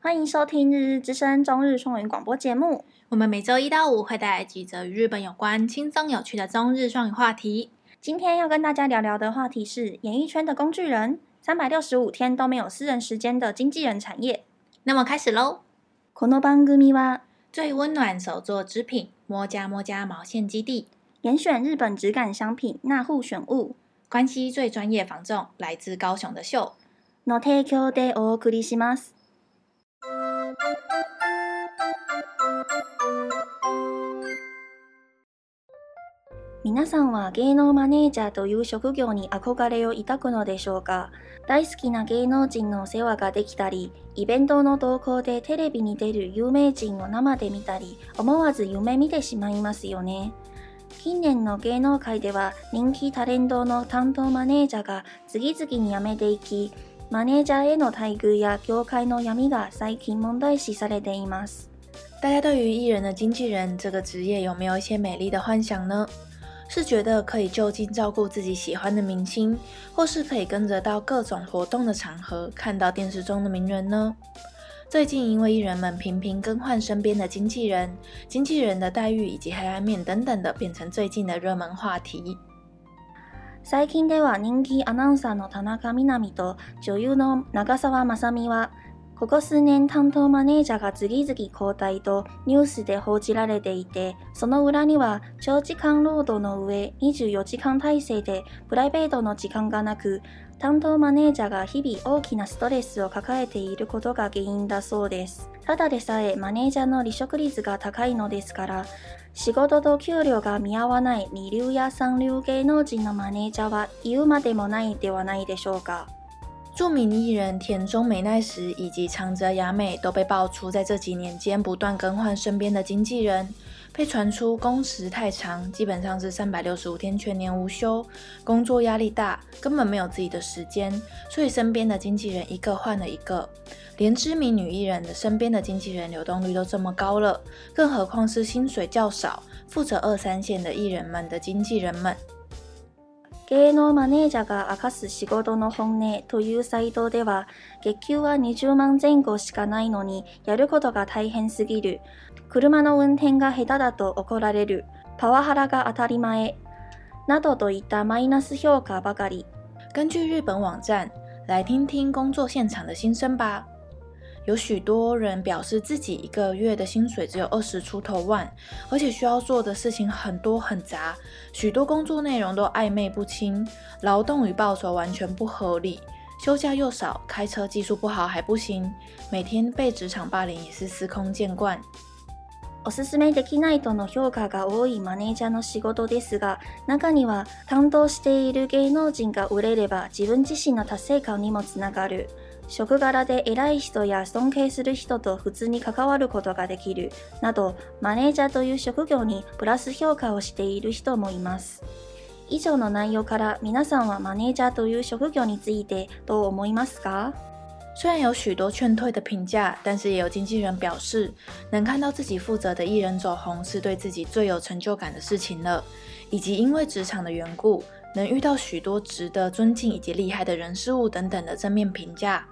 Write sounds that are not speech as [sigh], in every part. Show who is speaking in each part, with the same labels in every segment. Speaker 1: 欢迎收听《日日之声》中日双语广播节目。
Speaker 2: 我们每周一到五会带来几则与日本有关、轻松有趣的中日双语话题。
Speaker 1: 今天要跟大家聊聊的话题是演艺圈的工具人，三百六十五天都没有私人时间的经纪人产业。
Speaker 2: 那么开始喽！
Speaker 1: この番組は
Speaker 2: 最温暖手作织品摸家摸家毛线基地，
Speaker 1: 严选日本质感商品纳户选物
Speaker 2: 关西最专业防重，来自高雄的秀。
Speaker 1: の提供でお送りします。皆さんは芸能マネージャーという職業に憧れを抱くのでしょうか大好きな芸能人のお世話ができたり、イベントの動向でテレビに出る有名人を生で見たり、思わず夢見てしまいますよね。近年の芸能界では人気タレントの担当マネージャーが次々に辞めていき、マネージャーへの待遇や業界の闇が最近問題視されています。
Speaker 2: 大家对于艺人的经纪人这个职业有没有一些美丽的幻想呢？是觉得可以就近照顾自己喜欢的明星，或是可以跟着到各种活动的场合，看到电视中的名人呢？最近因为艺人们频频更换身边的经纪人，经纪人的待遇以及黑暗面等等的，变成最近的热门话题。
Speaker 1: 最近では人気アナウンサーの田中みな実と女優の長澤まさみは、ここ数年担当マネージャーが次々交代とニュースで報じられていて、その裏には長時間労働の上24時間体制でプライベートの時間がなく、担当マネージャーが日々大きなストレスを抱えていることが原因だそうです。ただでさえマネージャーの離職率が高いのですから、仕事と給料が見合わない二流や三流芸能人のマネージャーは言うまでもないではないでしょうか。
Speaker 2: 著名艺人田中美奈实以及长泽雅美都被爆出在这几年间不断更换身边的经纪人，被传出工时太长，基本上是三百六十五天全年无休，工作压力大，根本没有自己的时间，所以身边的经纪人一个换了一个，连知名女艺人的身边的经纪人流动率都这么高了，更何况是薪水较少、负责二三线的艺人们的经纪人们。
Speaker 1: 芸能マネージャーが明かす仕事の本音というサイトでは、月給は20万前後しかないのに、やることが大変すぎる。車の運転が下手だと怒られる。パワハラが当たり前。などといったマイナス評価ばかり。
Speaker 2: 根据日本网站，来听听工作现场的心声吧。有许多人表示自己一个月的薪水只有二十出头万，而且需要做的事情很多很杂，许多工作内容都暧昧不清，劳动与报酬完全不合理，休假又少，开车技术不好还不行，每天被职场霸凌也是司空见惯。
Speaker 1: おすすめできないとの評価が多いマネージャーの仕事ですが、中には担当している芸能人が売れれば自分自身の達成感にもつながる。職柄で偉い人や尊敬する人と普通に関わることができる。など、マネージャーという職業にプラス評価をしている人もいます。以上の内容から皆さんはマネージャーという職業についてどう思いますか
Speaker 2: 虽然有许多劝退的评价，但是也有经纪人表示，能看到自己负责的艺人走红是对自己最有成就感的事情了，以及因为职场的缘故，能遇到许多值得尊敬以及厉害的人事物等等的正面评价。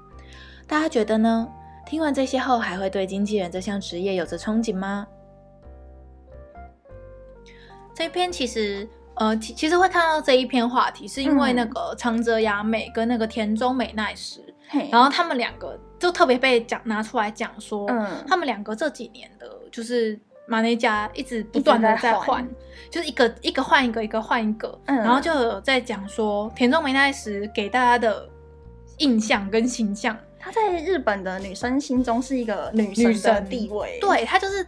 Speaker 2: 大家觉得呢？听完这些后，还会对经纪人这项职业有着憧憬吗？这篇其实，呃，其其实会看到这一篇话题，是因为那
Speaker 1: 嗯
Speaker 2: 个长泽雅美跟那个田中美奈实，然
Speaker 1: 然后
Speaker 2: 后他们两个就特别被讲拿出来讲说，
Speaker 1: 嗯
Speaker 2: 他们两个这几年的，就是马内加一直不断的
Speaker 1: 一
Speaker 2: 在
Speaker 1: 直在换
Speaker 2: 换，就是一个一个换一个，一个换一个，
Speaker 1: 嗯
Speaker 2: 然后就有在讲说田中美奈实给大家的印象跟形象，
Speaker 1: 她在日本的女生心中是一个女
Speaker 2: 神的
Speaker 1: 地
Speaker 2: 地
Speaker 1: 位，
Speaker 2: 对她就是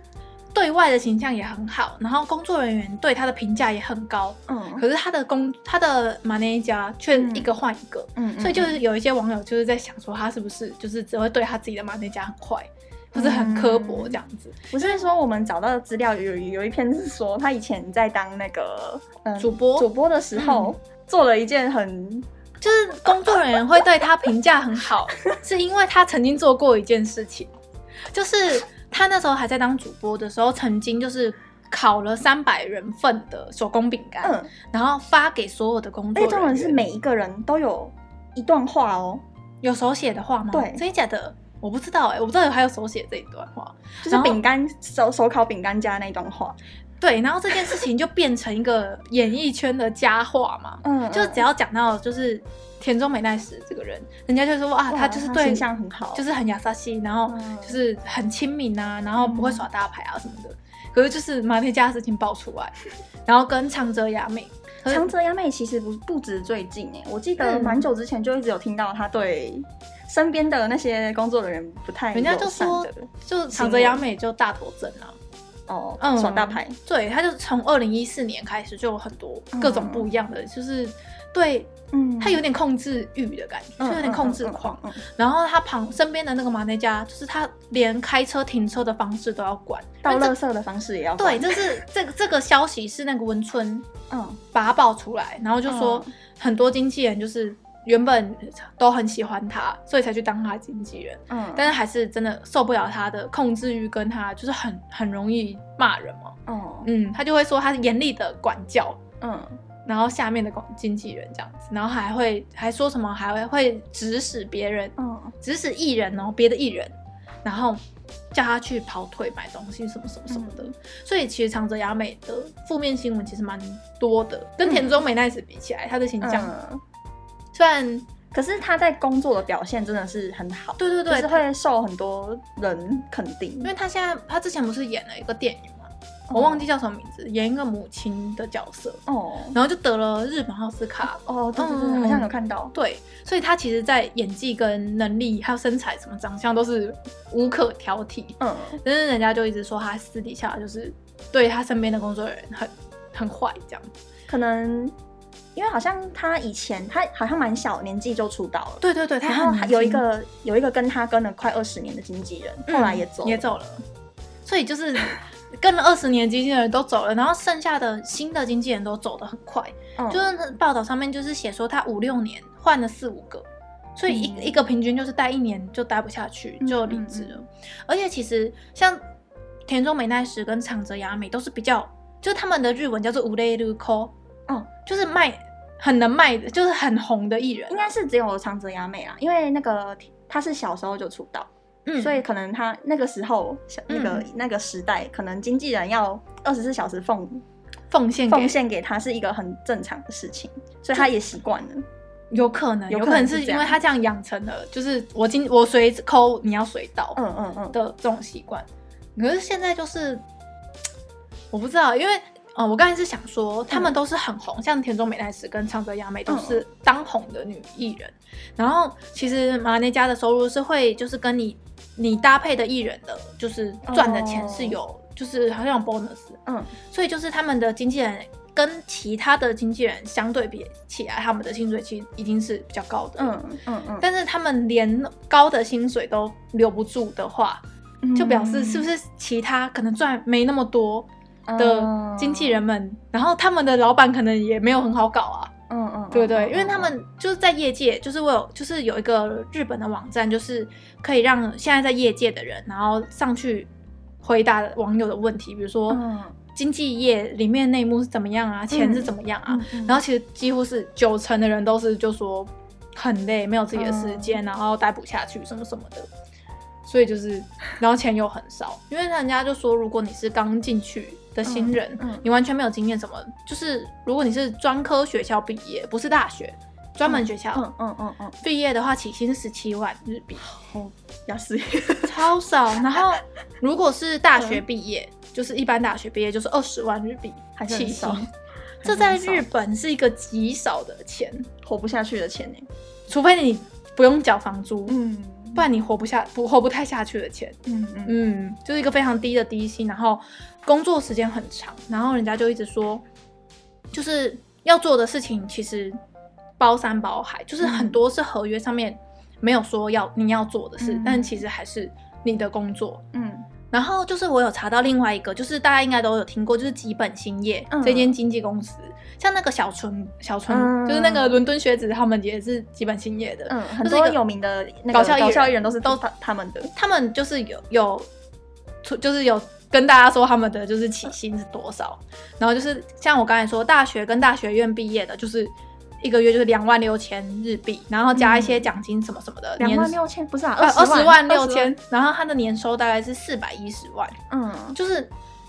Speaker 2: 对外的形象也很好，然后工作人员对她的评价也很高，
Speaker 1: 嗯
Speaker 2: 可是她的工她的马内加却
Speaker 1: 嗯
Speaker 2: 一个换一个，
Speaker 1: 嗯
Speaker 2: 所以就是有一些网友就是在想说，他是不是就是只会对他自己的马内加很坏，或是
Speaker 1: 嗯
Speaker 2: 很刻薄这样子，
Speaker 1: 不是说我们找到的资料有有一篇是说他以前在当那个、嗯
Speaker 2: 主播嗯
Speaker 1: 主播的时候、做了一件很
Speaker 2: 就是工作人员会对他评价
Speaker 1: [laughs]
Speaker 2: 很好，是因为他曾经做过一件事情，就是他那时候还在当主播的时候，曾经就是烤了三百人份的手工饼干，
Speaker 1: 嗯，
Speaker 2: 然后发给所有的工作
Speaker 1: 而且
Speaker 2: 人
Speaker 1: 重
Speaker 2: 员。
Speaker 1: 点是每一个人都有一段话哦，
Speaker 2: 有手写的话吗？
Speaker 1: 对
Speaker 2: 真的假的？我不知道哎、我不知道还有手写这一段话。
Speaker 1: 就是
Speaker 2: 然后
Speaker 1: 饼干手手烤饼干家那段话，
Speaker 2: 对，然后这件事情就变成一个演艺圈的佳话嘛，
Speaker 1: 嗯
Speaker 2: 就只要讲到就是田中美奈实这个人，人家就说啊，
Speaker 1: 哇
Speaker 2: 他就是
Speaker 1: 他
Speaker 2: 对
Speaker 1: 形象很好
Speaker 2: 就是很雅萨西，然后
Speaker 1: 嗯
Speaker 2: 就是很亲民啊，然后不会耍大牌啊什么的。可是就是马内加的事情爆出
Speaker 1: [laughs]
Speaker 2: 来，然后跟长泽雅美，可是
Speaker 1: 长泽雅美其实不不止最近哎、我记得
Speaker 2: 嗯
Speaker 1: 蛮久之前就一直有听到她对身边的那些工作人员不太
Speaker 2: 人家
Speaker 1: 友
Speaker 2: 就
Speaker 1: 善
Speaker 2: 说
Speaker 1: 的
Speaker 2: 就是长泽雅美就大头症啊，
Speaker 1: 哦，
Speaker 2: 嗯
Speaker 1: 耍大牌，
Speaker 2: 对，他就从二零一四年开始就有很多各种不一样的，就是对
Speaker 1: 嗯
Speaker 2: 他有点控制欲的感觉，
Speaker 1: 嗯
Speaker 2: 就有点控制狂。，
Speaker 1: 嗯嗯嗯嗯
Speaker 2: 然后他旁身边的那个马内加，就是他连开车停车的方式都要管，
Speaker 1: 嗯倒
Speaker 2: 因为这
Speaker 1: 垃圾的方式也要
Speaker 2: 对，
Speaker 1: 管
Speaker 2: 这是这个这个消息是那个文春
Speaker 1: 嗯
Speaker 2: 把他爆出来，然后就说很多经纪人就是原本都很喜欢他，所以才去当他经纪人，
Speaker 1: 嗯，
Speaker 2: 但是还是真的受不了他的控制欲，跟他就是很很容易骂人嘛，
Speaker 1: 哦
Speaker 2: 嗯，他就会说他是严厉的管教。
Speaker 1: 嗯
Speaker 2: 然后下面的管经纪人这样子，然后还会还说什么，还会会指使别人
Speaker 1: 嗯
Speaker 2: 指使艺人哦，别的艺人，然后叫他去跑腿买东西什么什么什么的。
Speaker 1: 嗯
Speaker 2: 所以其实长泽雅美的负面新闻其实蛮多的，跟田中美奈子比起来，她的形象、
Speaker 1: 嗯，
Speaker 2: 虽然
Speaker 1: 可是她在工作的表现真的是很好，
Speaker 2: 对对
Speaker 1: 就
Speaker 2: 对，
Speaker 1: 是会受很多人肯定，
Speaker 2: 因为她现在她之前不是演了一个电影嘛，我忘记叫什么名字，演一个母亲的角色，
Speaker 1: 哦
Speaker 2: 然后就得了日本奥
Speaker 1: [laughs]
Speaker 2: 斯卡。
Speaker 1: 哦，对对对，
Speaker 2: 嗯
Speaker 1: 好像有看到，
Speaker 2: 对，所以她其实，在演技跟能力，还有身材、什么长相，都是无可挑剔。
Speaker 1: 嗯
Speaker 2: 但是人家就一直说他私底下就是对他身边的工作人员很很坏这样。
Speaker 1: 可能因为好像他以前他好像蛮小年纪就出道了，，
Speaker 2: 对对对，
Speaker 1: 然
Speaker 2: 他
Speaker 1: 后
Speaker 2: 很
Speaker 1: 还
Speaker 2: 年
Speaker 1: 有一
Speaker 2: 轻
Speaker 1: 个有一个跟他跟了快二十年的经纪人，后来也走，
Speaker 2: 嗯也，走了，所以就是跟了二十年的经纪人都走了，然后剩下的新的经纪人都走得很快，
Speaker 1: 嗯、
Speaker 2: 就是报道上面就是写说他五六年换了四五个。所以一、
Speaker 1: 嗯
Speaker 2: 一个平均就是待一年就待不下去，
Speaker 1: 嗯
Speaker 2: 就离职了。而且其实像田中美奈实跟长泽雅美都是比较，就是他们的日文叫做“无类路 call”，
Speaker 1: 哦，
Speaker 2: 就是卖很能卖的，就是很红的艺人啊，
Speaker 1: 应该是只有长泽雅美啦，因为那个他是小时候就出道，
Speaker 2: 嗯，
Speaker 1: 所以可能他那个时候小那个、那个时代，可能经纪人要二十四小时奉
Speaker 2: 奉献给
Speaker 1: 奉献给他是一个很正常的事情，所以他也习惯了，
Speaker 2: 有可能，
Speaker 1: 有
Speaker 2: 有
Speaker 1: 可
Speaker 2: 可
Speaker 1: 能
Speaker 2: 能
Speaker 1: 是
Speaker 2: 是
Speaker 1: 这
Speaker 2: 因
Speaker 1: 样
Speaker 2: 为他这样养成了，就是我今我随抠你要随到
Speaker 1: 嗯嗯嗯，
Speaker 2: 的这种习惯。可是现在就是我不知道，因为呃，我刚才是想说，他们都是很
Speaker 1: 嗯
Speaker 2: 红，像田中美奈实跟长泽雅美都是当红的女艺人。然后其实马内加的收入是会就是跟你你搭配的艺人的，就是赚的钱是有，就是好像有 bonus，
Speaker 1: 哦嗯，
Speaker 2: 所以就是他们的经纪人。跟其他的经纪人相对比起来，他们的薪水其实已经是比较高的。，
Speaker 1: 嗯嗯嗯，
Speaker 2: 但是他们连高的薪水都留不住的话，就表
Speaker 1: 嗯
Speaker 2: 示是不是其他可能赚没那么多
Speaker 1: 嗯
Speaker 2: 的经纪人
Speaker 1: 哦
Speaker 2: 们，然后他们的老板可能也没有很好搞啊，
Speaker 1: 嗯，嗯嗯，
Speaker 2: 对不对？因为
Speaker 1: 嗯
Speaker 2: 他们就是在业界，就是我有就是有一个日本的网站，就是可以让现在在业界的人，然后上去回答网友的问题，比如说。
Speaker 1: 嗯
Speaker 2: 经纪业里面内幕是怎么样啊？钱是怎么样啊？
Speaker 1: 嗯嗯
Speaker 2: 然后其实几乎是九成的人都是就说很累，没有自己的时
Speaker 1: 嗯
Speaker 2: 间，然后待不下去什么什么的，所以就是，然后钱又很少，因为人家就说，如果你是刚进去的新人，
Speaker 1: 嗯嗯
Speaker 2: 你完全没有经验，什么就是如果你是专科学校毕业，不是大学专门学校、
Speaker 1: 嗯嗯嗯嗯，
Speaker 2: 毕业的话，起薪十七万日币，哦
Speaker 1: 雅思，
Speaker 2: 超少。然后如果是大学
Speaker 1: 嗯
Speaker 2: 毕业，就是一般大学毕业就是二十万日币
Speaker 1: 还是很
Speaker 2: 起薪
Speaker 1: 少，
Speaker 2: 这在日本是一个极少的钱，
Speaker 1: [laughs] 活不下去的钱呢。
Speaker 2: 除非你不用缴房租，
Speaker 1: 嗯，
Speaker 2: 不然你活不下不活不太下去的钱。
Speaker 1: 嗯嗯
Speaker 2: 嗯，就是一个非常低的低薪，然后工作时间很长，然后人家就一直说，就是要做的事情其实包山包海，就是很多是合约上面没有说要你要做的事，
Speaker 1: 嗯
Speaker 2: 但其实还是你的工作。
Speaker 1: 嗯
Speaker 2: 然后就是我有查到另外一个，就是大家应该都有听过，就是吉本兴业、
Speaker 1: 嗯
Speaker 2: 这间经纪公司，像那个小纯小纯，
Speaker 1: 嗯
Speaker 2: 就是那个伦敦学子，他们也是吉本兴业的。
Speaker 1: 嗯，很
Speaker 2: 就
Speaker 1: 多
Speaker 2: 是一个
Speaker 1: 有名的那个
Speaker 2: 搞笑艺人
Speaker 1: 搞笑艺人都是都他他们的。
Speaker 2: 他们就是有有，出就是有跟大家说他们的就是起薪是多少，然后就是像我刚才说，大学跟大学院毕业的，就是一个月就是两万六千日币，然后加一些奖金什么什么的，
Speaker 1: 嗯两
Speaker 2: 年
Speaker 1: 万六千不是啊，
Speaker 2: 呃二
Speaker 1: 十
Speaker 2: 十
Speaker 1: 万
Speaker 2: 万六千，，然后他的年收大概是四百一十万，
Speaker 1: 嗯，
Speaker 2: 就是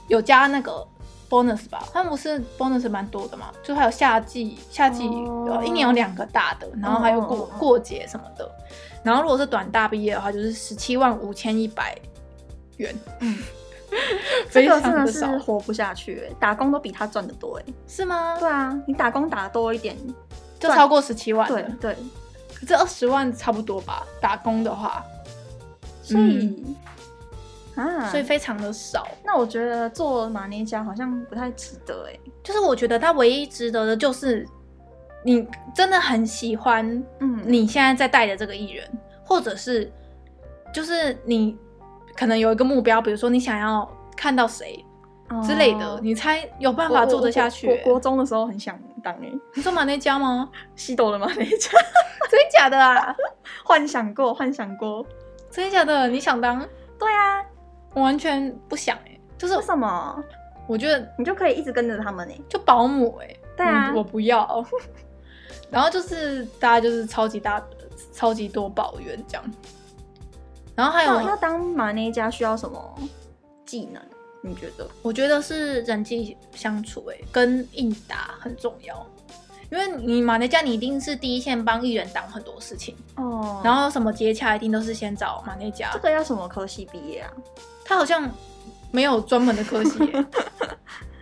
Speaker 2: 有加那个 bonus 吧，他们不是 bonus 蛮多的嘛，就还有夏季，夏季、
Speaker 1: 哦
Speaker 2: 呃一年有两个大的，然后还有过、
Speaker 1: 嗯嗯嗯
Speaker 2: 过节什么的，然后如果是短大毕业的话，就是十七万五千一百元， [laughs] 嗯，
Speaker 1: 这
Speaker 2: 非
Speaker 1: 个真
Speaker 2: 常
Speaker 1: 的
Speaker 2: 的少，
Speaker 1: 是活不下去、欸，打工都比他赚的多哎、
Speaker 2: 是吗？
Speaker 1: 对啊，你打工打多一点，
Speaker 2: 就超过十七万了，
Speaker 1: 对对，
Speaker 2: 可这二十万差不多吧，打工的话，嗯
Speaker 1: 所以、啊，
Speaker 2: 所以非常的少。
Speaker 1: 那我觉得做马内加好像不太值得哎、
Speaker 2: 就是我觉得他唯一值得的就是你真的很喜欢
Speaker 1: 嗯
Speaker 2: 你现在在带的这个艺人，或者是就是你可能有一个目标，比如说你想要看到谁之类的，
Speaker 1: 哦
Speaker 2: 你才有办法做得下去、
Speaker 1: 我我我国中的时候很想当哎、
Speaker 2: 你说马内加吗？
Speaker 1: 西斗的马内 [laughs] 加，
Speaker 2: 真的假的啊？
Speaker 1: 幻想过，幻想过。
Speaker 2: 真的假的？你想当？
Speaker 1: 对啊，
Speaker 2: 我完全不想哎、就是
Speaker 1: 为什么？
Speaker 2: 我觉得
Speaker 1: 你就可以一直跟着他们哎、
Speaker 2: 就保姆哎、
Speaker 1: 对啊
Speaker 2: 嗯我不要。 [laughs] 然后就是大家就是超级大、超级多抱怨这样。然后还
Speaker 1: 那
Speaker 2: 有，
Speaker 1: 那当马内加需要什么技能？你觉得？
Speaker 2: 我觉得是人际相处、欸，跟应答很重要。因为你马内加，你一定是第一线帮艺人挡很多事情，
Speaker 1: 哦
Speaker 2: 然后什么接洽一定都是先找马内加
Speaker 1: 这。个要什么科系毕业啊？
Speaker 2: 他好像没有专门的科系、欸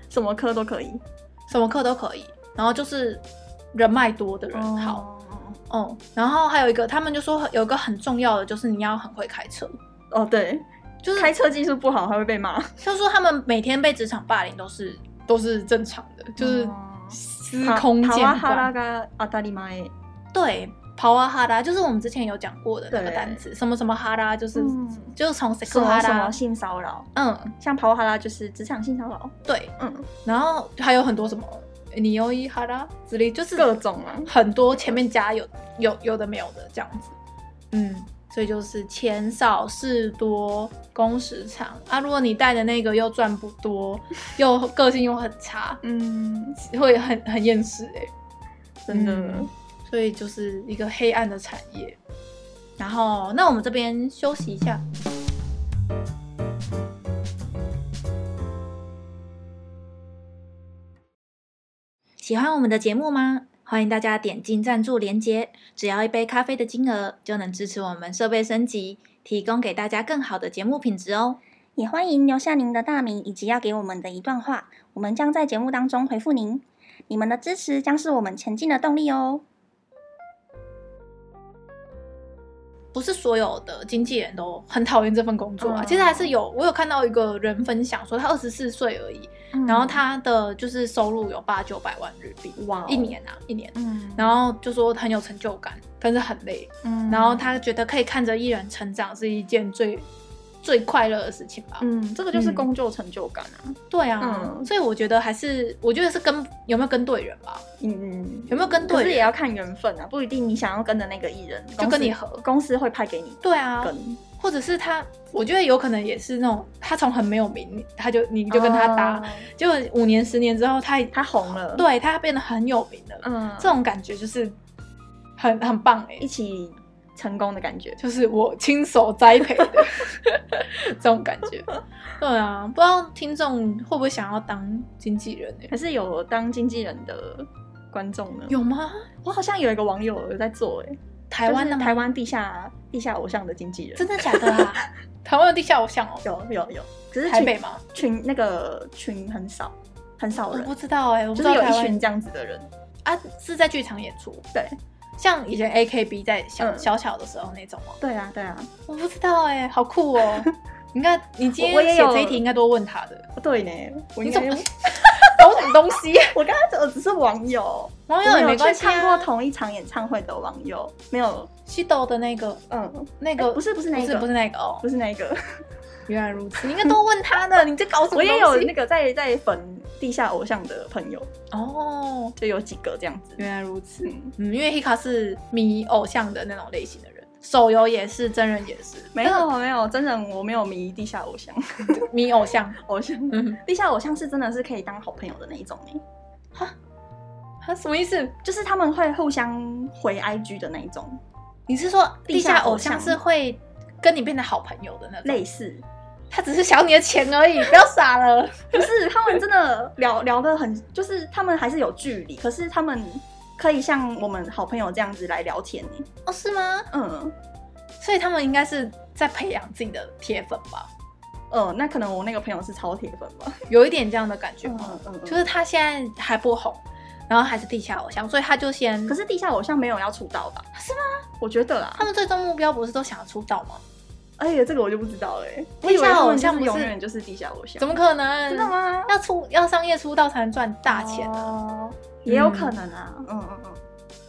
Speaker 1: 什么科都可以。
Speaker 2: 什么课都可以。然后就是人脉多的人好，哦、然后还有一个，他们就说有一个很重要的就是你要很会开车，
Speaker 1: 哦，对，
Speaker 2: 就是
Speaker 1: 开车技术不好还会被骂。
Speaker 2: 他说他们每天被职场霸凌都是都是正常的，就是
Speaker 1: 哦
Speaker 2: 司空见
Speaker 1: 塔塔瓦哈拉
Speaker 2: 惯。
Speaker 1: 嘎阿达里 [laughs] 玛耶。
Speaker 2: 对，跑啊哈拉就是我们之前有讲过的那个
Speaker 1: 对
Speaker 2: 单词，什么什么哈拉，就是、
Speaker 1: 嗯
Speaker 2: 就是从谁
Speaker 1: 什
Speaker 2: 哈
Speaker 1: 么什
Speaker 2: 拉
Speaker 1: 么，性骚扰？
Speaker 2: 嗯，
Speaker 1: 像跑哈拉就是职场性骚扰，
Speaker 2: 对，
Speaker 1: 嗯，
Speaker 2: 然后还有很多什么你优一哈拉之类，就是
Speaker 1: 各种啊。
Speaker 2: 很多前面加有有有的没有的这样子，嗯，所以就是钱少事多，工时长啊。如果你带的那个又赚不多，又个性又很差，
Speaker 1: 嗯，
Speaker 2: 会很很厌世哎、
Speaker 1: 真的。
Speaker 2: 嗯所以就是一个黑暗的产业。然后，那我们这边休息一下。喜欢我们的节目吗？欢迎大家点进赞助连结，只要一杯咖啡的金额，就能支持我们设备升级，提供给大家更好的节目品质哦。
Speaker 3: 也欢迎留下您的大名以及要给我们的一段话，我们将在节目当中回复您。你们的支持将是我们前进的动力哦。
Speaker 2: 不是所有的经纪人都很讨厌这份工作啊，
Speaker 1: 嗯
Speaker 2: 其实还是有，我有看到一个人分享说，他二十四岁而已，
Speaker 1: 嗯
Speaker 2: 然后，他的就是收入有八九百万日币，
Speaker 1: 哇哦
Speaker 2: 一年啊，一年。
Speaker 1: 嗯，
Speaker 2: 然后就说很有成就感，但是很累。
Speaker 1: 嗯
Speaker 2: 然后，他觉得可以看着艺人成长是一件最最快乐的事情吧。
Speaker 1: 嗯，这个就是
Speaker 2: 嗯
Speaker 1: 工作成就感啊。
Speaker 2: 对啊，
Speaker 1: 嗯
Speaker 2: 所以我觉得还是，我觉得是跟有没有跟对人吧，
Speaker 1: 嗯，
Speaker 2: 有没有跟
Speaker 1: 可
Speaker 2: 对
Speaker 1: 是
Speaker 2: 人
Speaker 1: 也要看缘分啊，不一定你想要跟的那个艺人
Speaker 2: 就跟你
Speaker 1: 公司
Speaker 2: 合
Speaker 1: 公司会派给你
Speaker 2: 对啊，
Speaker 1: 跟。
Speaker 2: 或者是他，我觉得有可能也是那种他从很没有名，他就你就跟他搭，
Speaker 1: 哦
Speaker 2: 结果五年十年之后他
Speaker 1: 他红了，，
Speaker 2: 对他变得很有名了，
Speaker 1: 嗯，
Speaker 2: 这种感觉就是很很棒哎、
Speaker 1: 一起成功的感觉，
Speaker 2: 就是我亲手栽培的 [laughs] 这种感觉。对啊，不知道听众会不会想要当经纪人呢、
Speaker 1: 可是有当经纪人的观众呢？，
Speaker 2: 有吗？
Speaker 1: 我好像有一个网友有在做、欸，哎，
Speaker 2: 台湾的吗？
Speaker 1: 台湾地下地下偶像的经纪人，
Speaker 2: [laughs] 真的假的啊？台湾的地下偶像哦，
Speaker 1: 有有有，只是
Speaker 2: 台
Speaker 1: 群
Speaker 2: 北吗？
Speaker 1: 群那个群很少，很少
Speaker 2: [laughs] 我
Speaker 1: 人
Speaker 2: 不，知道哎、我不
Speaker 1: 就
Speaker 2: 知
Speaker 1: 是
Speaker 2: 道
Speaker 1: 有
Speaker 2: 台
Speaker 1: 一
Speaker 2: 湾
Speaker 1: 群这样子的人，
Speaker 2: 啊，是在剧场演出，
Speaker 1: 对
Speaker 2: 像以前 AKB 在小、
Speaker 1: 嗯
Speaker 2: 小小的时候那种吗？
Speaker 1: 对啊对啊，
Speaker 2: 我不知道哎、好酷 [laughs] 哦！你看，你今
Speaker 1: 我
Speaker 2: 天
Speaker 1: 也
Speaker 2: 写
Speaker 1: 有
Speaker 2: 这一题应该多问他的，
Speaker 1: 哦对呢，我
Speaker 2: 你
Speaker 1: 应
Speaker 2: 怎
Speaker 1: 该
Speaker 2: 么懂什么东 [laughs] 西？
Speaker 1: 我刚刚只只是网友，
Speaker 2: 网
Speaker 1: 我
Speaker 2: 友也
Speaker 1: 有
Speaker 2: 没
Speaker 1: 去
Speaker 2: 关系
Speaker 1: 看过
Speaker 2: 啊。
Speaker 1: 同一场演唱会的网友没有，
Speaker 2: 西斗的那个，
Speaker 1: 嗯，
Speaker 2: 那
Speaker 1: 哎
Speaker 2: 个、
Speaker 1: 不是不是那
Speaker 2: 不
Speaker 1: 一
Speaker 2: 是
Speaker 1: 个
Speaker 2: 不是那个哦，
Speaker 1: 不是那一个，
Speaker 2: 原来如此，你应该多问他 [laughs] 的。你在搞什么
Speaker 1: 我
Speaker 2: 东西？
Speaker 1: 也有那个在在粉地下偶像的朋友，
Speaker 2: 哦，
Speaker 1: 就有几个这样子。
Speaker 2: [laughs] 原来如此。
Speaker 1: 嗯，
Speaker 2: 嗯，因为 Hika 是迷偶像的那种类型的人，手游也是，真人也是，
Speaker 1: 没有没有，真人我没有迷地下偶像，
Speaker 2: 迷偶像。
Speaker 1: 偶像 [laughs]
Speaker 2: 嗯，
Speaker 1: 地下偶像是真的是可以当好朋友的那一种哎、
Speaker 2: [laughs] 他什么意思？
Speaker 1: 欸就是他们会互相回 IG 的那一种，
Speaker 2: 你是说
Speaker 1: 地
Speaker 2: 地
Speaker 1: 下
Speaker 2: 下
Speaker 1: 偶
Speaker 2: 偶
Speaker 1: 像
Speaker 2: 像是会跟你变得好朋友的那种？
Speaker 1: 类似，
Speaker 2: 他只是想要你的钱而 [laughs] 已，不要傻了。
Speaker 1: 不是他们真的聊聊得很，就是他们还是有距离，可是他们可以像我们好朋友这样子来聊天，欸
Speaker 2: 哦，是吗？
Speaker 1: 嗯。
Speaker 2: 所以他们应该是在培养自己的铁粉吧，
Speaker 1: 呃，那可能我那个朋友是超铁粉吧，
Speaker 2: 有一点这样的感觉
Speaker 1: 嗯
Speaker 2: 吗？
Speaker 1: 嗯嗯，
Speaker 2: 就是他现在还不红，然后还是地下偶像，所以他就先。
Speaker 1: 可是地下偶像没有要出道吧？
Speaker 2: 啊是
Speaker 1: 吗？我觉得啦
Speaker 2: 他，们最终目标不是都想要出道吗？
Speaker 1: 哎呀，这个我就不知道了欸。我
Speaker 2: 地
Speaker 1: 以为
Speaker 2: 下
Speaker 1: 他
Speaker 2: 偶
Speaker 1: 们
Speaker 2: 像
Speaker 1: 就是
Speaker 2: 不
Speaker 1: 永
Speaker 2: 是
Speaker 1: 远就是地下偶像，
Speaker 2: 怎么可能？
Speaker 1: 真的吗？
Speaker 2: 要出要商业出道才能赚大钱啊！
Speaker 1: 哦，也有可能啊，嗯嗯嗯，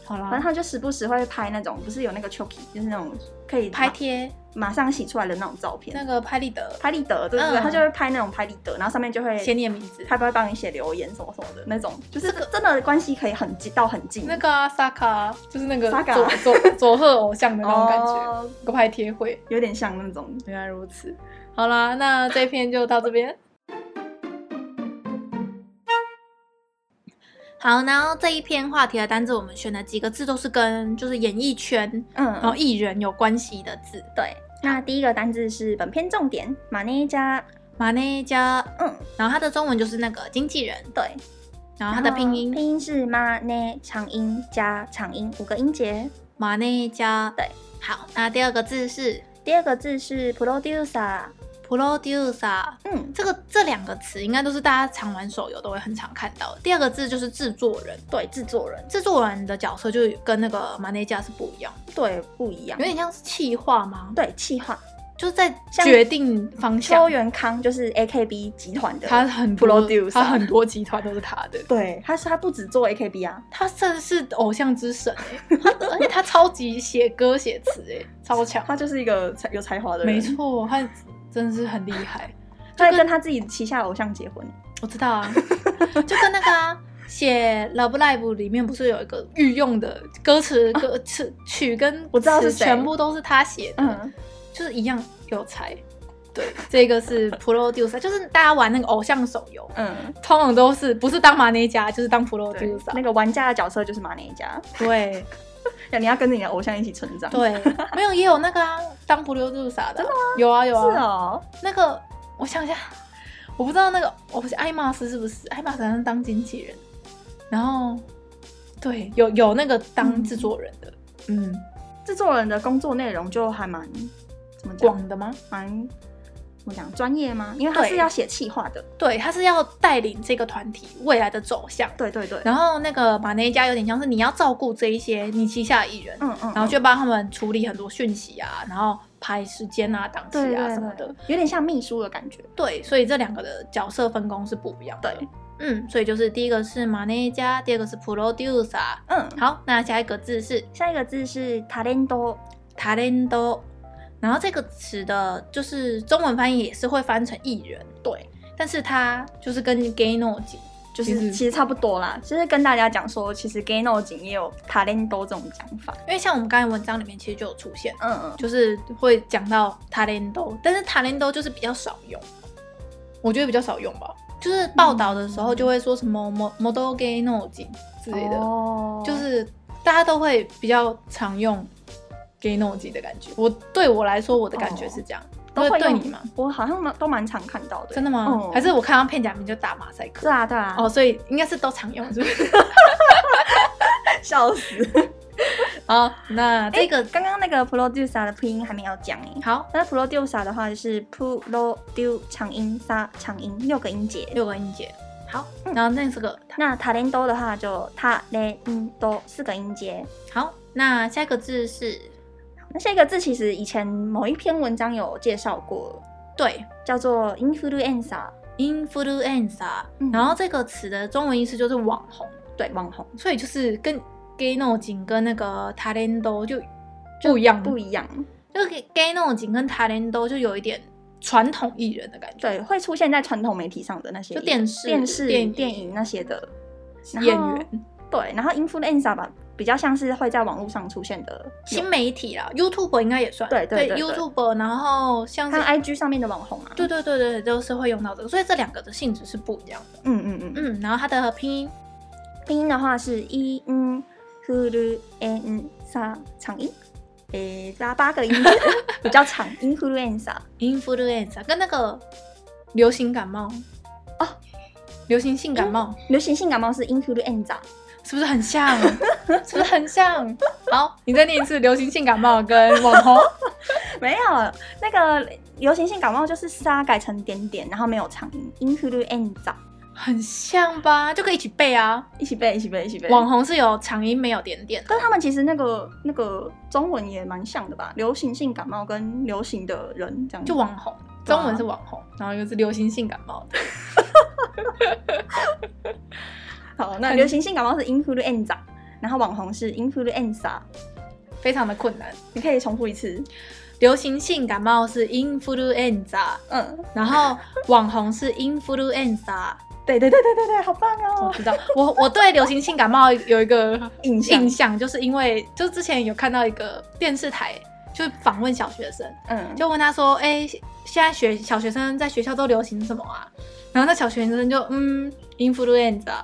Speaker 2: 好
Speaker 1: 反正
Speaker 2: 啦，
Speaker 1: 他就时不时会拍那种，不是有那个 Chucky，就是那种可以
Speaker 2: 拍
Speaker 1: 马
Speaker 2: 贴
Speaker 1: 马上洗出来的那种照片，
Speaker 2: 那个拍立得
Speaker 1: 拍立得，对对对，
Speaker 2: 嗯
Speaker 1: 他就会拍那种拍立得，然后上面就会
Speaker 2: 写你的名字，
Speaker 1: 他会帮你写留言什么什么的那种，就是
Speaker 2: 这个
Speaker 1: 真的关系可以很近到很近，哦
Speaker 2: 那个啊萨卡就是那个
Speaker 1: Saka
Speaker 2: 佐佐佐贺偶像的那种感觉，
Speaker 1: 哦，
Speaker 2: 一个拍贴会。
Speaker 1: 有点像那种
Speaker 2: 原来如此。好啦，那这篇就到这
Speaker 1: [laughs]
Speaker 2: 边。好，然后这一篇话题的单字，我们选的几个字都是跟就是演艺圈，
Speaker 1: 嗯
Speaker 2: 然后艺人有关系的字。
Speaker 1: 对，那第一个单字是本片重点，马内加，
Speaker 2: 马内加，
Speaker 1: 嗯，
Speaker 2: 然后他的中文就是那个经纪人，
Speaker 1: 对，
Speaker 2: 然后他的拼音
Speaker 1: 啊哦拼音是马内长音加长音五个音节。
Speaker 2: 马内加。
Speaker 1: 对，
Speaker 2: 好，那第二个字是
Speaker 1: 第二个字是 producer，
Speaker 2: producer，
Speaker 1: 嗯，
Speaker 2: 这个这两个词应该都是大家常玩手游都会很常看到的。第二个字就是制作人，
Speaker 1: 对，制作人，
Speaker 2: 制作人的角色就跟那个马内加是不一样，
Speaker 1: 对，不一样
Speaker 2: 有，点像是企划吗？
Speaker 1: 对，企划。
Speaker 2: 就是在
Speaker 1: 像
Speaker 2: 决定方
Speaker 1: 邱
Speaker 2: 向。
Speaker 1: 元康就是 AKB 集团的，
Speaker 2: 他很多
Speaker 1: producer，
Speaker 2: 他很多集团都是他的，
Speaker 1: 对，他是他不只做 AKB 啊，
Speaker 2: 他真的是偶像之神欸他而且他超级写歌写词哎，超强，
Speaker 1: 他就是一个才有才华的人，
Speaker 2: 没，错，他真的是很厉害。
Speaker 1: 他还跟他自己旗下偶像结婚，
Speaker 2: 我知
Speaker 1: [laughs]
Speaker 2: 道啊，就跟那个、啊、写《Love Live》里面不是有一个御用的歌词、歌词曲跟
Speaker 1: 啊我知道是
Speaker 2: 词
Speaker 1: 谁
Speaker 2: 全部都是他写的，
Speaker 1: 嗯，
Speaker 2: 就是一样有才。对，这个是 producer，就是大家玩那个偶像手游，
Speaker 1: 嗯，
Speaker 2: 通常都是不是当马内加就是当
Speaker 1: 对
Speaker 2: producer，，
Speaker 1: 那个玩家的角色就是马内加，
Speaker 2: 对
Speaker 1: 你要跟着你的偶像一起成长，， [laughs]
Speaker 2: 对，没有也有那个、啊、当 producer 的啊，真的吗？有啊有啊，
Speaker 1: 是哦，
Speaker 2: 那个我想一下，我不知道那个我不是艾玛斯是不是艾玛斯好像当经纪人，然后对有有那个当制作人的，嗯，
Speaker 1: 制作人的工作内容就还蛮怎么讲，
Speaker 2: 广的吗？
Speaker 1: 蛮怎么讲专业吗？因为他
Speaker 2: 对
Speaker 1: 是要写企划的，
Speaker 2: 对，他是要带领这个团体未来的走向。
Speaker 1: 对对对，
Speaker 2: 然后那个马内加有点像是你要照顾这一些你旗下的艺人，
Speaker 1: 嗯嗯，嗯
Speaker 2: 然后去帮他们处理很多讯息啊，然后排时间啊、档期
Speaker 1: 对
Speaker 2: 啊
Speaker 1: 对
Speaker 2: 什么的
Speaker 1: 对。，有点像秘书的感觉，
Speaker 2: 对，所以这两个的角色分工是不一样的。
Speaker 1: 对，
Speaker 2: 嗯，所以就是第一个是马内加，第二个是 producer。
Speaker 1: 嗯，
Speaker 2: 好，那下一个字是
Speaker 1: 下一个字是 talento，
Speaker 2: talento，然后这个词的就是中文翻译也是会翻成艺人，
Speaker 1: 对，
Speaker 2: 但是它就是跟 gay no
Speaker 1: 就
Speaker 2: 其实
Speaker 1: 是其实差不多啦，就是跟大家讲说，其实 gay no 景也有 talento 这种讲法，
Speaker 2: 因为像我们刚才文章里面其实就有出现，
Speaker 1: 嗯嗯，
Speaker 2: 就是会讲到 talento，但是 talento 就是比较少用，我觉得比较少用吧。就是报道的时候就会说什么 mo- model gay no 之类的，
Speaker 1: 嗯哦
Speaker 2: 就是大家都会比较常用 gay no 的感觉。我对我来说，我的感觉是这样，
Speaker 1: 哦都
Speaker 2: 对
Speaker 1: 会
Speaker 2: 对
Speaker 1: 用
Speaker 2: 你吗？？
Speaker 1: 我好像蛮都蛮常看到的，
Speaker 2: 真的吗？
Speaker 1: 嗯
Speaker 2: 还是我看到片假名就打马赛克？
Speaker 1: 对啊对啊，
Speaker 2: 哦，所以应该是都常用，是不是？
Speaker 1: [laughs] 笑
Speaker 2: [laughs]
Speaker 1: 死！
Speaker 2: 好，哦那这个、
Speaker 1: 刚刚那个 producer 的拼音还没有讲哎，
Speaker 2: 好，
Speaker 1: 那 producer 的话就是 produ 长音沙长音六个音节，
Speaker 2: 六个音节。好，
Speaker 1: 嗯
Speaker 2: 然后那这个
Speaker 1: 那 talento 的话就 talento 四个音节。
Speaker 2: 好，那下一个字是
Speaker 1: 那下一个字其实以前某一篇文章有介绍过，
Speaker 2: 对
Speaker 1: 叫做 influencer，
Speaker 2: influencer，、
Speaker 1: 嗯
Speaker 2: 然后这个词的中文意思就是网红，
Speaker 1: 对，网红
Speaker 2: 所以就是跟 gay no 景跟那个 talento 就不一样，
Speaker 1: 不一样，
Speaker 2: 就是 gay no 景跟 talento 就有一点传统艺人的感觉，
Speaker 1: 对，会出现在传统媒体上的那些
Speaker 2: 就电视
Speaker 1: 电视、
Speaker 2: 电影
Speaker 1: 电影那些的然后
Speaker 2: 演员、
Speaker 1: 对，然后 influencer 吧，比较像是会在网络上出现的，
Speaker 2: 新媒体啦，YouTube 应该也算，
Speaker 1: 对对对对
Speaker 2: YouTube，然后像
Speaker 1: 像
Speaker 2: 是
Speaker 1: IG 上面的网红啊，
Speaker 2: 对对对对，都是会用到这个，所以这两个的性质是不一样的。
Speaker 1: 嗯嗯嗯
Speaker 2: 嗯，然后它的拼音
Speaker 3: 拼音的话是一嗯 h u n 沙长音，
Speaker 1: 诶，加八个音节比较长
Speaker 3: influenza
Speaker 2: influenza 跟那个流行感冒
Speaker 1: 哦，嗯
Speaker 2: 流行性感冒、
Speaker 3: 流行性感冒是 influenza，
Speaker 2: 是不是
Speaker 1: [laughs]
Speaker 2: 很像？是不是很像？好，你再念一次流行性感冒跟网
Speaker 1: [laughs]
Speaker 2: 红
Speaker 1: 没有那个流行性感冒就是沙改成点点，然后没有长音，influenza
Speaker 2: 很像吧？就可以一起背啊。
Speaker 1: 一起背一起背一起背。
Speaker 2: 网红是有长音没有点点的，
Speaker 1: 但他们其实那个那个中文也蛮像的吧？流行性感冒跟流行的人这样
Speaker 2: 就网红，
Speaker 1: 对啊
Speaker 2: 中文是网红，然后又是流行性感冒的。
Speaker 1: 好，那流行性感冒是 influenza，然后网红是 influenza，
Speaker 2: 非常的困难。
Speaker 1: 你可以重复一次。
Speaker 2: 流行性感冒是 influenza，
Speaker 1: 嗯，
Speaker 2: 然后网红是 influenza。
Speaker 1: 对对对对对对，好棒
Speaker 2: 我
Speaker 1: 哦！
Speaker 2: 知道，我我对流行性感冒有一个
Speaker 1: 印象
Speaker 2: 印象，就是因为就之前有看到一个电视台，就访问小学生，
Speaker 1: 嗯，就
Speaker 2: 就问他说：“哎、现在学小学生在学校都流行什么啊？”然后那小学生就嗯，influenza，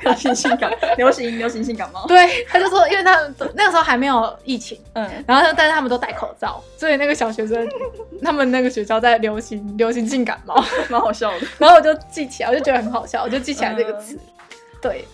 Speaker 1: 流行性感， [laughs] 流行流行性感冒。
Speaker 2: 对，他就说，因为他们都那个时候还没有疫情，
Speaker 1: 嗯，
Speaker 2: 然后但是他们都戴口罩，所以那个小学生他们那个学校在流行流行性感冒，
Speaker 1: 蛮好笑的。
Speaker 2: [laughs] 然后我就记起来，我就觉得很好笑，我就记起来这个词。对，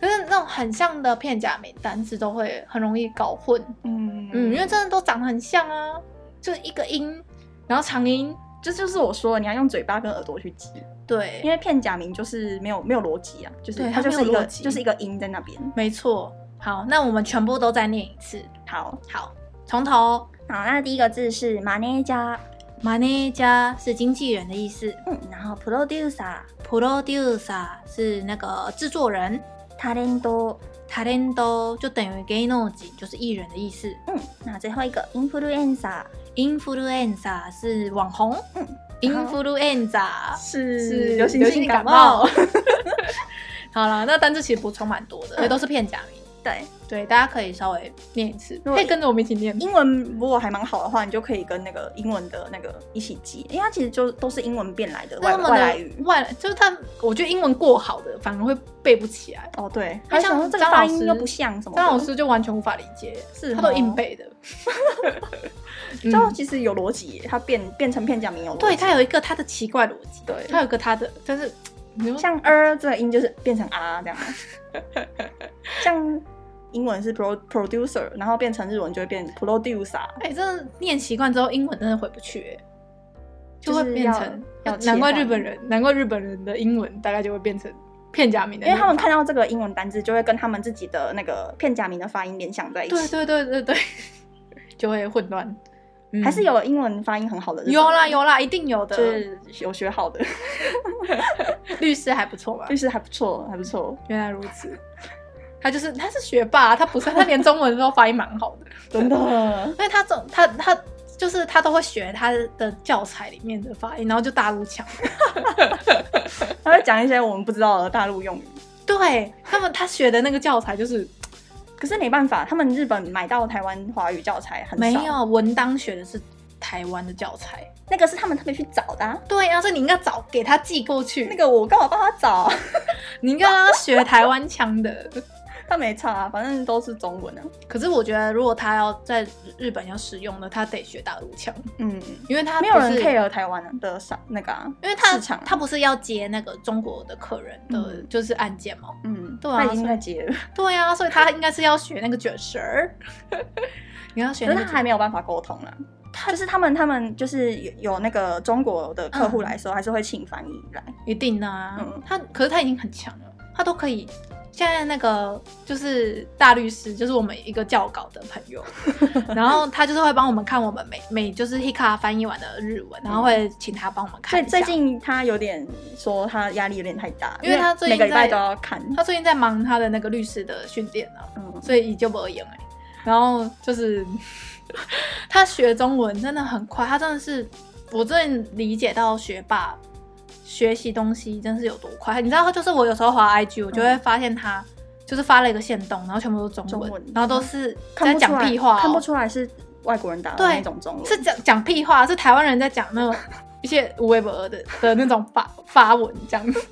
Speaker 2: 可是那种很像的片假名单词都会很容易搞混，
Speaker 1: 嗯
Speaker 2: 嗯，因为真的都长得很像啊，就一个音，然后长音，
Speaker 1: 这就是我说的，你要用嘴巴跟耳朵去记，因
Speaker 2: 对，
Speaker 1: 为片假名就是没有没有逻辑啊，就是
Speaker 2: 对
Speaker 1: 它
Speaker 2: 它
Speaker 1: 就是一
Speaker 2: 没有
Speaker 1: 个
Speaker 2: 逻辑
Speaker 1: 就是一个音在那边。
Speaker 2: 没错。好，那我们全部都再念一次。
Speaker 1: 好，
Speaker 2: 好，从头
Speaker 3: 好，那第一个字是 manager，
Speaker 2: ，manager 是经纪人的意思
Speaker 3: 嗯，然后 producer、
Speaker 2: ，producer 是那个制作人。
Speaker 3: talent，
Speaker 2: talent 就等于 g a i n o j 就是艺人的意思。
Speaker 3: 嗯，那最后一个 influenza，
Speaker 2: influenza 是网红，
Speaker 3: 嗯然后
Speaker 2: influenza
Speaker 1: 是
Speaker 2: 是
Speaker 1: 流行性感
Speaker 2: 冒
Speaker 1: [laughs] 冒。。
Speaker 2: 好了，那单字其实补充蛮多
Speaker 1: 嗯
Speaker 2: 的，因为都是片假名。
Speaker 1: 对，
Speaker 2: 对，大家可以稍微念一次，
Speaker 1: 果
Speaker 2: 可以跟着我们一起念。
Speaker 1: 英文如果还蛮好的话，你就可以跟那个英文的那个一起记，因为它其实就都是英文变来的
Speaker 2: 那
Speaker 1: 外
Speaker 2: 他们
Speaker 1: 外来
Speaker 2: 的
Speaker 1: 语。
Speaker 2: 外就是他，我觉得英文过好的反而会背不起来。
Speaker 1: 哦，对，
Speaker 2: 那
Speaker 1: 还
Speaker 2: 像
Speaker 1: 想说这个
Speaker 2: 张
Speaker 1: 发
Speaker 2: 老师
Speaker 1: 音又不像什么的。
Speaker 2: 张老师就完全无法理解，
Speaker 1: 是
Speaker 2: 他都
Speaker 1: 哦
Speaker 2: 硬
Speaker 1: [laughs]
Speaker 2: 背的。 [laughs] 嗯
Speaker 1: 就其实有逻辑耶，它变变成片假名有逻辑。
Speaker 2: 对他有一个他的奇怪逻辑，
Speaker 1: 对
Speaker 2: 他有一个他的，但是你说
Speaker 1: 像 er 这个音就是变成啊这样， [laughs] 像英文是 pro producer，然后变成日文就会变 producer。
Speaker 2: 哎、真的念习惯之后，英文真的回不去、哎就会
Speaker 1: 就是
Speaker 2: 变
Speaker 1: 要
Speaker 2: 成
Speaker 1: 要切
Speaker 2: 难怪
Speaker 1: 换
Speaker 2: 日本人，难怪日本人的英文大概就会变成片假名的
Speaker 1: 因
Speaker 2: 念
Speaker 1: 为
Speaker 2: 法，
Speaker 1: 他们看到这个英文单字，就会跟他们自己的那个片假名的发音联想在一起。
Speaker 2: 对对对对对， [laughs] 就会混乱。嗯
Speaker 1: 还是有英文发音很好的日本人，
Speaker 2: 有啦有啦，一定有的。
Speaker 1: 就是有学好的，
Speaker 2: 律师还不错吧
Speaker 1: 就？是还不错，还不错。
Speaker 2: 原来如此，他就是他是学霸，他不是他连中文都发音蛮好的， [laughs]
Speaker 1: 真的
Speaker 2: 因为他总他他就是他都会学他的教材里面的发音，然后就大陆腔。
Speaker 1: [laughs]
Speaker 2: [laughs]
Speaker 1: 他会讲一些我们不知道的大陆用语。
Speaker 2: 对他们他学的那个教材就是
Speaker 1: 可是没办法，他们日本买到台湾华语教材很少，
Speaker 2: 没有文当学的是台湾的教材。
Speaker 1: 那个是他们特别去找的、啊。
Speaker 2: 对啊，所以你应该早给他寄过去。
Speaker 1: 那个我刚好帮他找，啊
Speaker 2: 你应该让他学台湾腔的。
Speaker 1: [laughs] 他没差、啊，反正都是中文啊。
Speaker 2: 可是我觉得，如果他要在日本要使用的，他得学大陆腔，
Speaker 1: 嗯，
Speaker 2: 因为他
Speaker 1: 没有
Speaker 2: 不
Speaker 1: 人
Speaker 2: 是
Speaker 1: care 台湾的啥那个、啊，
Speaker 2: 因为他
Speaker 1: 市场啊
Speaker 2: 他不是要接那个中国的客人的，
Speaker 1: 嗯
Speaker 2: 就是案件嘛。
Speaker 1: 嗯，
Speaker 2: 对啊
Speaker 1: 他已经在接了，
Speaker 2: 对啊，所以他应该是要学那个卷舌儿， [laughs] 你要学
Speaker 1: 可
Speaker 2: 那
Speaker 1: 是
Speaker 2: 个
Speaker 1: 他
Speaker 2: 卷
Speaker 1: 还没有办法沟通了。就是他们，他们就是有有那个中国的客户
Speaker 2: 嗯
Speaker 1: 来说，还是会请翻译来。
Speaker 2: 一定的啊。
Speaker 1: 嗯
Speaker 2: 他可是他已经很强了，他都可以。现在那个就是大律师，就是我们一个教稿的朋
Speaker 1: [laughs]
Speaker 2: 友，然后他就是会帮我们看我们每每就是 Hika 翻译完的日文，然后会请他帮我们
Speaker 1: 所
Speaker 2: 看
Speaker 1: 以
Speaker 2: 一下。
Speaker 1: 嗯最近他有点说他压力有点太大，
Speaker 2: 因为他最近
Speaker 1: 每个礼拜
Speaker 2: 在
Speaker 1: 都要看。
Speaker 2: 他最近在忙他的那个律师的训练啊，
Speaker 1: 嗯，
Speaker 2: 所以就不赢哎。然后就是 [laughs] 他学中文真的很快，他真的是我真的理解到学霸学习东西真是有多快。你知道，就是我有时候滑
Speaker 1: 嗯
Speaker 2: IG，我就会发现他。就是发了一个线动，然后全部都是中
Speaker 1: 中
Speaker 2: 文，
Speaker 1: 文
Speaker 2: 然后都是
Speaker 1: 看不
Speaker 2: 在
Speaker 1: 出
Speaker 2: 讲
Speaker 1: 来
Speaker 2: 屁话、哦
Speaker 1: 看不出来是外国人打的
Speaker 2: 对
Speaker 1: 那种中文，
Speaker 2: 是讲讲屁话，是台湾人在讲那种一些无微不微的的那种发发文，这样 [laughs] 子，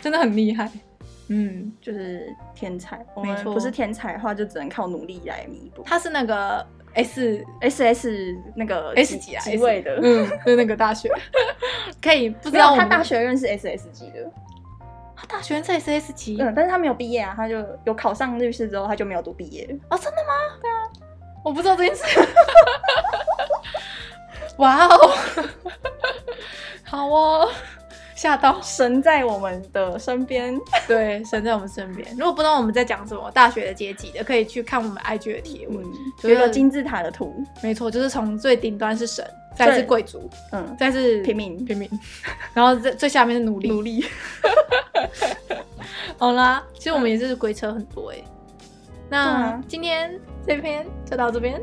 Speaker 2: 真的很厉害。嗯，
Speaker 1: 就是天才。我
Speaker 2: 没
Speaker 1: 们
Speaker 2: 错
Speaker 1: 不是天才的话，就只能靠努力来弥补。
Speaker 2: 他是那个 S
Speaker 1: S S 那个
Speaker 2: S 级啊
Speaker 1: 几位的，
Speaker 2: 嗯，是那个大学， [laughs] 可以不知
Speaker 1: 没有
Speaker 2: 道
Speaker 1: 他
Speaker 2: 我们
Speaker 1: 大学认识 S S 级的，
Speaker 2: 他大学在 S S 级、
Speaker 1: 嗯，但是他没有毕业啊，他就有考上律师之后，他就没有读毕业。
Speaker 2: 哦，真的吗？对啊，我不知道这
Speaker 1: [laughs]
Speaker 2: 件事。哇哦， [laughs] 好哦，吓到。
Speaker 1: 神在我们的身边，
Speaker 2: 对，神在我们身边。如果不知道我们在讲什么大学的阶级的，可以去看我们 IG 的贴文。
Speaker 1: 嗯，
Speaker 2: 觉
Speaker 1: 有
Speaker 2: 得
Speaker 1: 一个金字塔的图，
Speaker 2: 没错，就是从最顶端是神，再是
Speaker 1: 对
Speaker 2: 贵族，
Speaker 1: 嗯，
Speaker 2: 再是
Speaker 1: 平民
Speaker 2: 平民， [laughs] 然后最最下面是奴隶。奴隶。 [laughs] 好啦，其实我们也是鬼扯很多哎、
Speaker 1: 嗯对
Speaker 2: 那、
Speaker 1: 啊
Speaker 2: 今天这篇就到这边。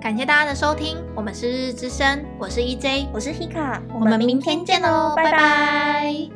Speaker 4: 感谢大家的收听，我们是日日之声，我是 EJ，
Speaker 1: 我是 Hika，
Speaker 4: 我们明天见喽，拜拜